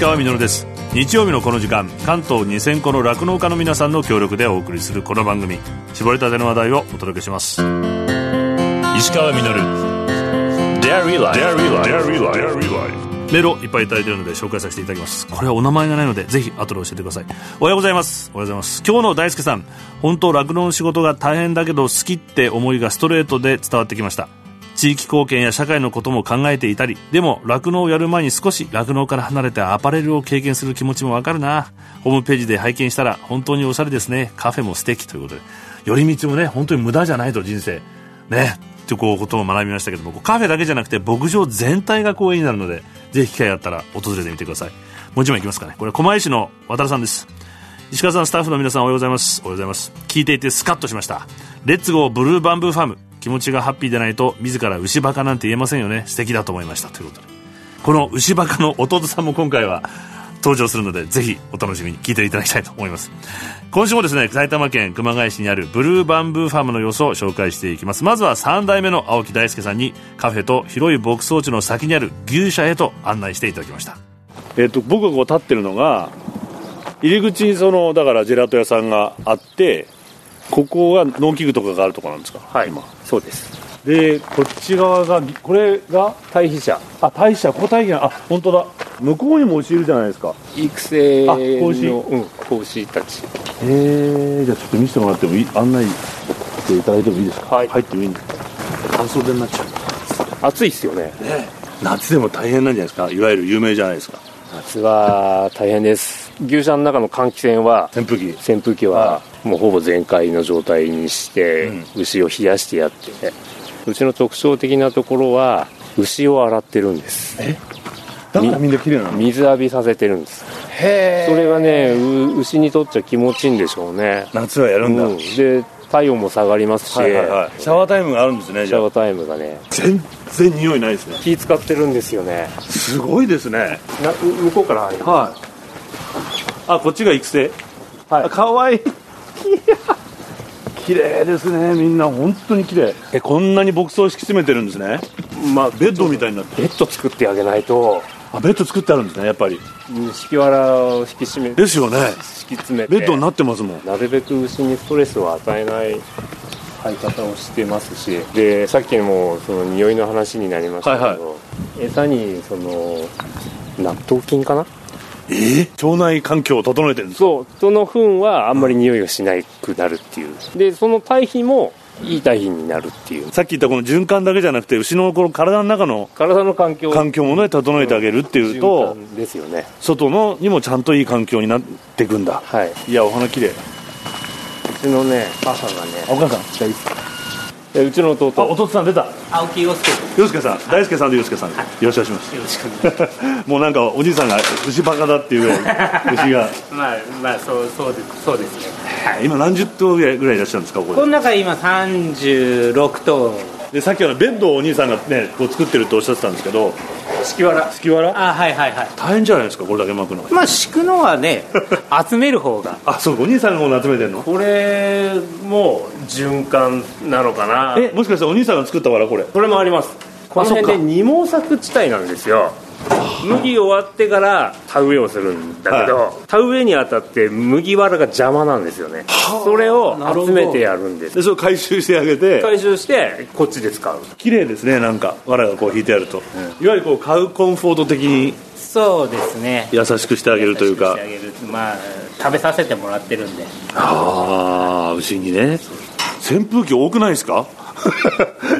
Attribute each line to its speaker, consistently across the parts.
Speaker 1: 川みのるです日曜日のこの時間関東2000個の酪農家の皆さんの協力でお送りするこの番組絞りたての話題をお届けします石川みのるメールをいっぱいいただいているので紹介させていただきますこれはお名前がないのでぜひ後で教えてくださいおはようございますおはようございます今日の大輔さん本当酪農の仕事が大変だけど好きって思いがストレートで伝わってきました地域貢献や社会のことも考えていたりでも酪農をやる前に少し酪農から離れてアパレルを経験する気持ちもわかるなホームページで拝見したら本当におしゃれですねカフェも素敵ということで寄り道もね本当に無駄じゃないと人生ねってこうことを学びましたけどもこうカフェだけじゃなくて牧場全体がこう絵になるのでぜひ機会があったら訪れてみてくださいもう一枚いきますかねこれ狛江市の渡さんです石川さんスタッフの皆さんおはようございますおはようございます聞いていてスカッとしましたレッツゴーブルーバンブーファーム気持ちがハッピーでないと自ら牛バカなんて言えませんよね素敵だと思いましたということでこの牛バカの弟さんも今回は登場するのでぜひお楽しみに聞いていただきたいと思います今週もですね埼玉県熊谷市にあるブルーバンブーファームの様子を紹介していきますまずは3代目の青木大輔さんにカフェと広い牧草地の先にある牛舎へと案内していただきました
Speaker 2: えっと、僕がこう立ってるのが入り口にそのだからジェラート屋さんがあってここが農機具とかがあるところなんですかはい今
Speaker 3: そうです
Speaker 2: でこっち側がこれが
Speaker 3: 対比者
Speaker 2: あ大社ここ大社あ本当だ向こうにも牛いるじゃないですか
Speaker 3: 育成
Speaker 2: あ子牛
Speaker 3: のうん子牛たち
Speaker 2: へえじゃあちょっと見せてもらってもいい案内していただいてもいいですか
Speaker 3: はい
Speaker 2: 入ってもいいんですか半袖になっちゃう
Speaker 3: 暑いっすよね
Speaker 2: 夏でも大変なんじゃないですかいわゆる有名じゃないですか
Speaker 3: 夏は大変です牛舎の中の換気扇は
Speaker 2: 扇風機
Speaker 3: 扇風機はもうほぼ全開の状態にして、
Speaker 2: う
Speaker 3: 牛を冷やしてやってうちの特徴的なところは牛を洗ってるんです
Speaker 2: だからみんな綺麗なの
Speaker 3: 水浴びさせてるんです
Speaker 2: へ
Speaker 3: それがねう牛にとっちゃ気持ちいいんでしょうね
Speaker 2: 夏はやるんだ、
Speaker 3: うんで体温も下がりますし、
Speaker 2: はいはいはい、シャワータイムがあるんですね
Speaker 3: シャワータイムがね
Speaker 2: 全然匂いないですね
Speaker 3: 気使ってるんですよね
Speaker 2: すごいですね
Speaker 3: なう向こうから入る
Speaker 2: はいあこっちが育成
Speaker 3: はい
Speaker 2: あかわいい綺麗ですねみんな本当に綺麗えこんなに牧草を敷き詰めてるんですね
Speaker 3: まあ
Speaker 2: ベッドみたいになって
Speaker 3: ベッド作ってあげないと
Speaker 2: あベッド作ってあるんですねやっぱり
Speaker 3: うん敷きわらを引き締め
Speaker 2: ですよね
Speaker 3: 敷き詰めて
Speaker 2: ベッドになってますもん
Speaker 3: なるべく牛にストレスを与えない飼い方をしてますしでさっきもその匂いの話になりましたけど、
Speaker 2: はいは
Speaker 3: 餌にその納豆菌かな
Speaker 2: え腸内環境を整えてるんです
Speaker 3: そう人の糞はあんまり匂いがしなくなるっていうでその堆肥もいい堆肥になるっていう
Speaker 2: さっき言ったこの循環だけじゃなくて牛のこの体の中の
Speaker 3: 体の環境
Speaker 2: 環境もね整えてあげるっていうと
Speaker 3: 循環ですよね
Speaker 2: 外のにもちゃんといい環境になっていくんだ
Speaker 3: はい
Speaker 2: いやお花綺麗
Speaker 3: うちのね母が
Speaker 2: あお
Speaker 3: ね
Speaker 2: 母さん
Speaker 3: えうちの弟
Speaker 2: あ弟さん出た
Speaker 4: 青木陽介
Speaker 2: 洋介さん大輔さんと洋介さんでよろしくお願いします
Speaker 4: よろしくお願いし
Speaker 2: もうなんかおじいさんが牛バカだっていうぐらい牛が
Speaker 4: ますまあまあそうそうですそうですね
Speaker 2: 今何十頭ぐらいぐらいいらっしゃるんですかここ
Speaker 4: こ
Speaker 2: で
Speaker 4: の中今36頭
Speaker 2: でさっきあのベッドをお兄さんがねこう作ってるとおっしゃってたんですけど
Speaker 4: 敷きわら
Speaker 2: 敷きわら
Speaker 4: あはいはいはい
Speaker 2: 大変じゃないですかこれだけ巻くの
Speaker 4: まあ敷くのは ね集める方が
Speaker 2: あそうかお兄さんがこう集めてんの
Speaker 3: これも循環なのかな
Speaker 2: えもしかしてお兄さんが作ったわらこれ
Speaker 3: これもありますこの辺
Speaker 2: そっ
Speaker 3: で
Speaker 2: か
Speaker 3: 二毛作地帯なんですよ麦終わってから田植えをするんだけど、田植えにあたって麦わらが邪魔なんですよねそれを集めてやるんです
Speaker 2: でそれを回収してあげて
Speaker 3: 回収してこっちで使う
Speaker 2: 綺麗ですねなんかわらがこう引いてあると、いわゆるこう買うコンフォート的に
Speaker 4: そうですね
Speaker 2: 優しくしてあげるというか
Speaker 4: 優しくしてあげるまあ食べさせてもらってるんで
Speaker 2: ああ牛にね扇風機多くないですか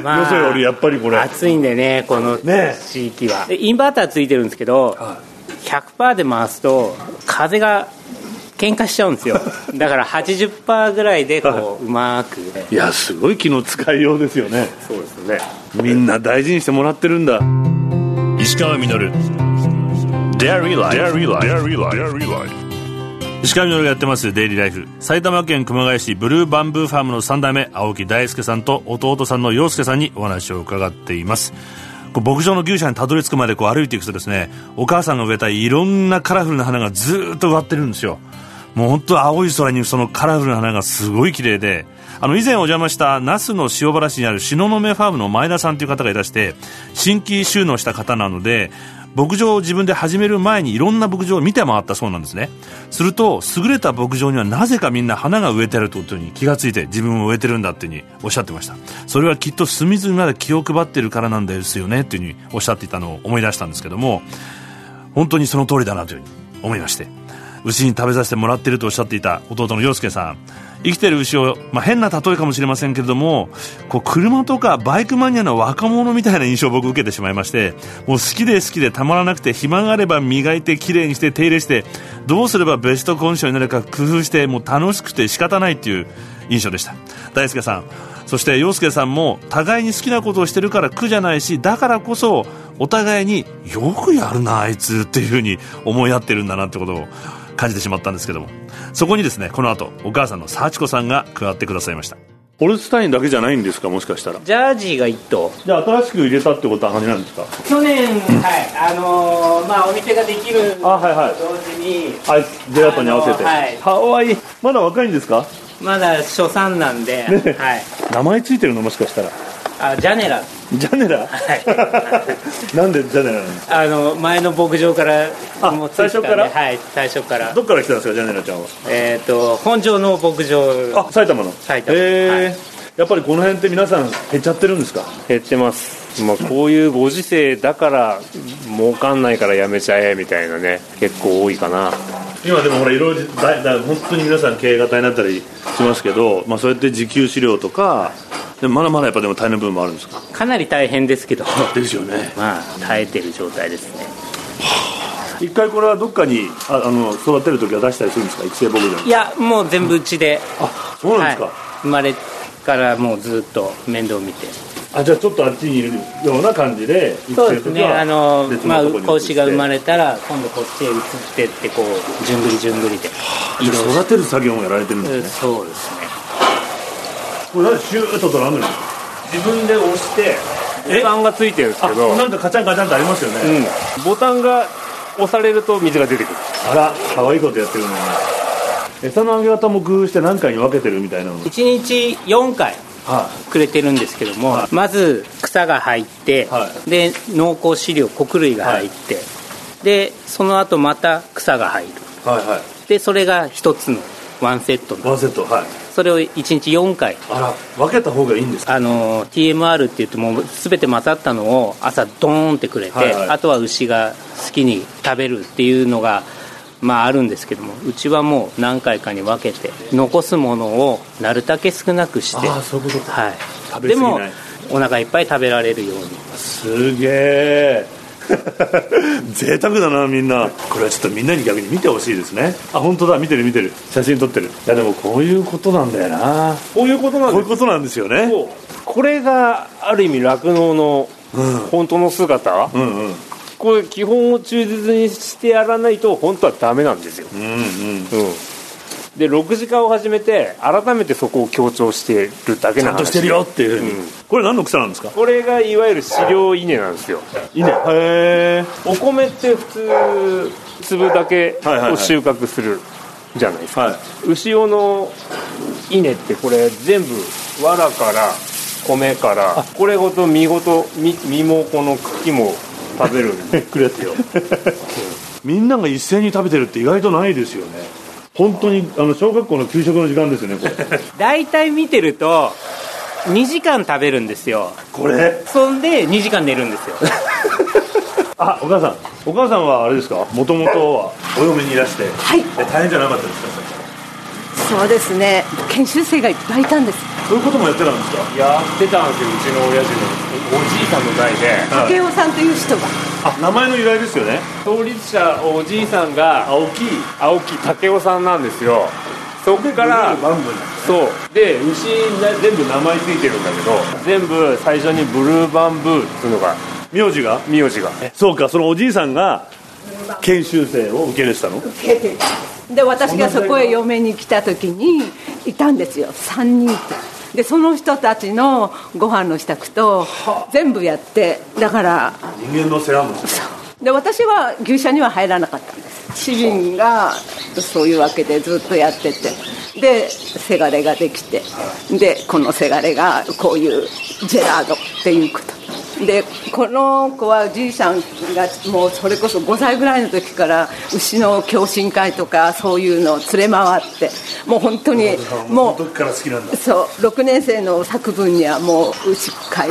Speaker 4: まあ
Speaker 2: よそよりやっぱりこれ
Speaker 4: 暑いんでねこの
Speaker 2: ね
Speaker 4: 地域は、でインバーターついてるんですけど100%で回すと風が喧嘩しちゃう んですよだから80%ぐらいでこううまく
Speaker 2: いやすごい気の使いようですよね
Speaker 3: そうですね
Speaker 2: みんな大事にしてもらってるんだ
Speaker 1: 石川みのる石川みのるがやってますデイリーライフ埼玉県熊谷市ブルーバンブーファームの3代目青木大輔さんと弟さんの陽介さんにお話を伺っていますこう牧場の牛舎にたどり着くまでこう歩いていくとですねお母さんが植えたいろんなカラフルな花がずーっと植わってるんですよもう本当青い空にそのカラフルな花がすごい綺麗で、あの以前お邪魔した那須の塩原市にある東雲ファームの前田さんという方がいらして、新規収納した方なので、牧場を自分で始める前にいろんな牧場を見て回ったそうなんですねすると優れた牧場にはなぜかみんな花が植えてあるということに気がついて自分も植えてるんだっていうふうにおっしゃってましたそれはきっと隅々まで気を配ってるからなんですよねっていうふうにおっしゃっていたのを思い出したんですけども本当にその通りだなというふうに思いまして牛に食べさせてもらっているとおっしゃっていた弟の洋介さん生きてる牛を、まあ、変な例えかもしれませんけれどもこう車とかバイクマニアの若者みたいな印象を僕受けてしまいましてもう好きで好きでたまらなくて暇があれば磨いてきれいにして手入れしてどうすればベストコンディションになるか工夫してもう楽しくて仕方ないっていう印象でした大輔さんそして洋介さんも互いに好きなことをしてるから苦じゃないしだからこそお互いによくやるなあいつっていうふうに思い合ってるんだなってことを感じてしまったんですけどもそこにですねこの後お母さんの幸子さんが加わってくださいました
Speaker 2: ホルスタインだけじゃないんですかもしかしたら
Speaker 4: ジャージーが1頭
Speaker 2: じゃあ新しく入れたってことは話なんですか
Speaker 4: 去年はいあのーまあお店ができる
Speaker 2: あはいはい
Speaker 4: と同時に
Speaker 2: あジェラートに合わせて
Speaker 4: あのはい
Speaker 2: かわいいまだ若いんですか
Speaker 4: まだ初産なんで、
Speaker 2: ね
Speaker 4: はい
Speaker 2: 名前ついてるのもしかしたら
Speaker 4: あジャネラ
Speaker 2: ジャネラ、 なんでジャネラなんですか
Speaker 4: あの前の牧場から
Speaker 2: あ
Speaker 4: もうついてた
Speaker 2: 最初
Speaker 4: んで
Speaker 2: から
Speaker 4: はい最初から
Speaker 2: どっから来たんですかジャネラちゃんは
Speaker 4: えっ、と本場の牧場
Speaker 2: あ埼玉の
Speaker 4: 埼玉
Speaker 2: へえ
Speaker 4: はい
Speaker 2: やっぱりこの辺って皆さん減っちゃってるんですか
Speaker 3: 減ってます、まあ、こういうご時世だから儲かんないからやめちゃえみたいなね結構多いかな
Speaker 2: 今でもほらいろいろだだ本当に皆さん経営型になったりしますけど、まあ、そうやって時給資料とかでもまだまだやっぱでも大変な部分もあるんですか
Speaker 4: かなり大変ですけど
Speaker 2: ですよね
Speaker 4: まあ耐えてる状態ですね
Speaker 2: 一回これはどっかにああの育てる時は出したりするんですか育成牧場
Speaker 4: い
Speaker 2: に
Speaker 4: やもう全部うちで、
Speaker 2: あそうなんですか、
Speaker 4: はい生まれからもうずっと面倒見て
Speaker 2: あじゃあちょっとあっちにいるような感じで
Speaker 4: そうですねあのまあ子牛が生ま
Speaker 2: れ
Speaker 4: れたら今度こっちへ移ってってこう順繰り順繰りで移動し
Speaker 2: 育てる作業もやられてるんです
Speaker 4: て
Speaker 2: ね
Speaker 4: そうですね
Speaker 2: これなんでシューッと取らんのよ
Speaker 3: 自分で押してボタンがついてるんですけ
Speaker 2: あ
Speaker 3: ど、
Speaker 2: なんかカチャンカチャンとありますよね、
Speaker 3: うん、ボタンが押されると水が出てくる
Speaker 2: あら可愛いことやってるのね餌のあげ方も工夫して何回に分けてるみたいなの
Speaker 4: 1日4回
Speaker 2: は
Speaker 4: くれてるんですけども、
Speaker 2: は
Speaker 4: まず草が入って、
Speaker 2: は
Speaker 4: で濃厚飼料穀類が入って、でその後また草が入る
Speaker 2: いはいはい
Speaker 4: でそれが一つのワンセットの
Speaker 2: ワンセットはい
Speaker 4: それを1日4回
Speaker 2: あら分けた方がいいんですか
Speaker 4: あの TMR って言ってもう全て混ざったのを朝ドーンってくれて、
Speaker 2: はいはい
Speaker 4: あとは牛が好きに食べるっていうのがまああるんですけどもうちはもう何回かに分けて残すものをなるだけ少なくして
Speaker 2: ああそういうことか
Speaker 4: はい
Speaker 2: 食べ過ぎない
Speaker 4: でもお腹いっぱい食べられるように
Speaker 2: すげえ 贅沢だなみんなこれはちょっとみんなに逆に見てほしいですねあ本当だ見てる見てる写真撮ってるいやでもこういうことなんだよな
Speaker 3: こういうことな
Speaker 2: こういうことなんですよね
Speaker 3: これがある意味酪農の本当の姿、
Speaker 2: うんうん
Speaker 3: これ基本を忠実にしてやらないと本当はダメなんですよ、
Speaker 2: うんうん
Speaker 3: うん、で6時間を始めて改めてそこを強調してるだけ
Speaker 2: ち
Speaker 3: な
Speaker 2: ゃん
Speaker 3: んで
Speaker 2: としてるよっていうふうに、これ何の草なんですか
Speaker 3: これがいわゆる飼料稲なんですよ
Speaker 2: いいねへえ
Speaker 3: お米って普通粒だけ
Speaker 2: はいはいは
Speaker 3: を
Speaker 2: い
Speaker 3: 収穫するじゃないですか、
Speaker 2: はい
Speaker 3: 牛用の稲ってこれ全部藁から米からこれごと身ごとみ身もこの茎も食べるん で
Speaker 2: くれてよみんなが一斉に食べてるって意外とないですよね本当にあの小学校の給食の時間ですよねこれ
Speaker 4: 大体見てると2時間食べるんですよ
Speaker 2: これ
Speaker 4: そんで2時間寝るんですよ
Speaker 2: あお母さんお母さんはあれですかもともとはお嫁にいらして
Speaker 5: はい
Speaker 2: え大変じゃなかったですか
Speaker 5: そうですね研修生がいっぱいいたんです
Speaker 2: そういうこともやってたんですか
Speaker 3: やってたんですようちの親父のおじいさんの代で
Speaker 2: はい
Speaker 5: 武雄さんという人が
Speaker 2: あ名前の由来ですよね
Speaker 3: 創立者おじいさんが
Speaker 2: 青木
Speaker 3: 青木武夫さんなんですよそこから
Speaker 2: バンブ
Speaker 3: そうで牛な全部名前ついてるんだけど全部最初にブルーバンブーっていうのが
Speaker 2: 名字が
Speaker 3: 名字が
Speaker 2: そうかそのおじいさんが研修生を受け入れてたの
Speaker 5: で私がそこへ嫁に来た時にいたんですよ3人でその人たちのご飯の支度と全部やってだから
Speaker 2: 人間の世話も
Speaker 5: で私は牛舎には入らなかったんです主人がそういうわけでずっとやっててでせがれができてでこのせがれがこういうジェラードっていうことでこの子はじいさんがもうそれこそ5歳ぐらいの時から牛の共進会とかそういうのを連れ回ってもう本当にもう
Speaker 2: その時から好きなんだ
Speaker 5: そう6年生の作文にはもう牛飼い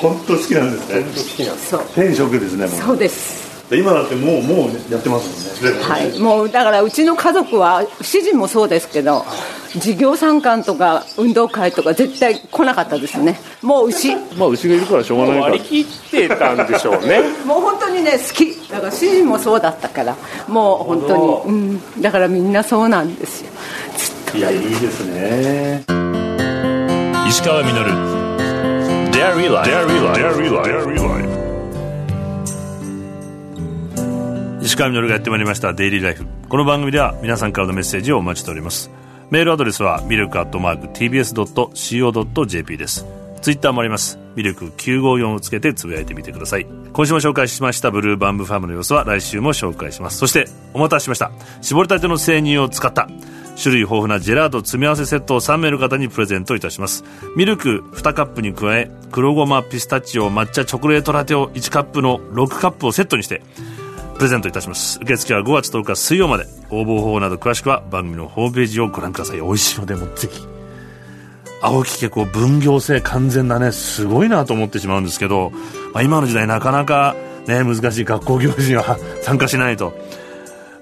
Speaker 2: 本当好きなんですね
Speaker 5: そう
Speaker 2: 天職ですねも
Speaker 5: そうです
Speaker 2: うで今だってもうもうやってますもんね
Speaker 5: はい、もうだからうちの家族は主人もそうですけど授業参観とか運動会とか絶対来なかったですねもう牛も
Speaker 2: まあ牛がいるからしょうが
Speaker 3: 割り切ってたんでしょう ね
Speaker 5: う本当にね好きだから主人もそうだったからもう本当に、うん、だからみんなそうなんですよ
Speaker 2: いやいいですね
Speaker 1: 石川みのる Dairy Life Dairy Life Dairy Life 石川みのるがやってまいりました「デイリーライフ」この番組では皆さんからのメッセージをお待ちしておりますメールアドレスはミルクアットマーク TBS.CO.jp ですツイッターもありますミルク954をつけてつぶやいてみてください今週も紹介しましたブルーバンブファームの様子は来週も紹介しますそしてお待たせしました絞りたての生乳を使った種類豊富なジェラート詰め合わせセットを3名の方にプレゼントいたしますミルク2カップに加え黒ごまピスタチオ抹茶チョコレートラテを1カップの6カップをセットにしてプレゼントいたします受付は5月10日水曜まで応募方法など詳しくは番組のホームページをご覧ください美味しいのでもうぜひ青木家こう分業制完全だねすごいなと思ってしまうんですけど、まあ、今の時代なかなか、ね、難しい学校行事には参加しないと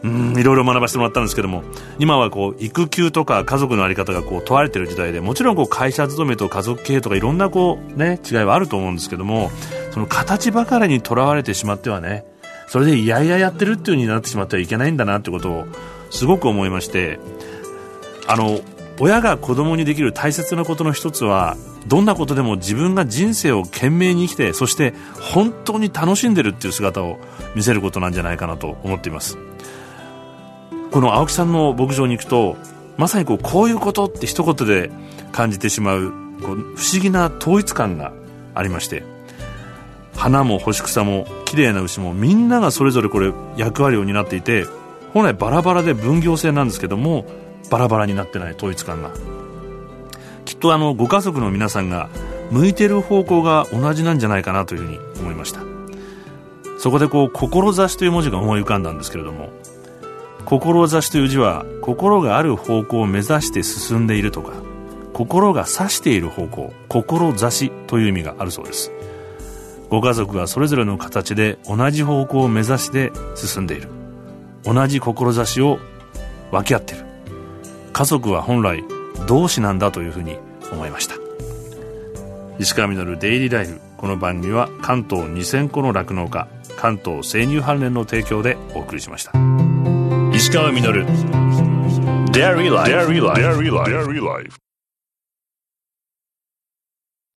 Speaker 1: うんいろいろ学ばせてもらったんですけども今はこう育休とか家族の在り方がこう問われている時代でもちろんこう会社勤めと家族経営とかいろんなこう、ね、違いはあると思うんですけどもその形ばかりにとらわれてしまってはねそれでいやいややってるっていう風になってしまってはいけないんだなってことをすごく思いましてあの親が子供にできる大切なことの一つはどんなことでも自分が人生を懸命に生きてそして本当に楽しんでるっていう姿を見せることなんじゃないかなと思っていますこの青木さんの牧場に行くとまさにこうこういうことって一言で感じてしまうこう不思議な統一感がありまして花も干し草も綺麗な牛もみんながそれぞれこれ役割を担っていて本来バラバラで分業制なんですけどもバラバラになってない統一感がきっとあのご家族の皆さんが向いてる方向が同じなんじゃないかなというふうに思いましたそこでこう「志」という文字が思い浮かんだんですけれども志という字は心がある方向を目指して進んでいるとか心が指している方向志という意味があるそうですご家族がそれぞれの形で同じ方向を目指して進んでいる同じ志を分け合っている家族は本来同志なんだというふうに思いました石川稔デイリーライフこの番組は関東2000個の酪農家関東生乳関連の提供でお送りしました石川稔デイリーライフ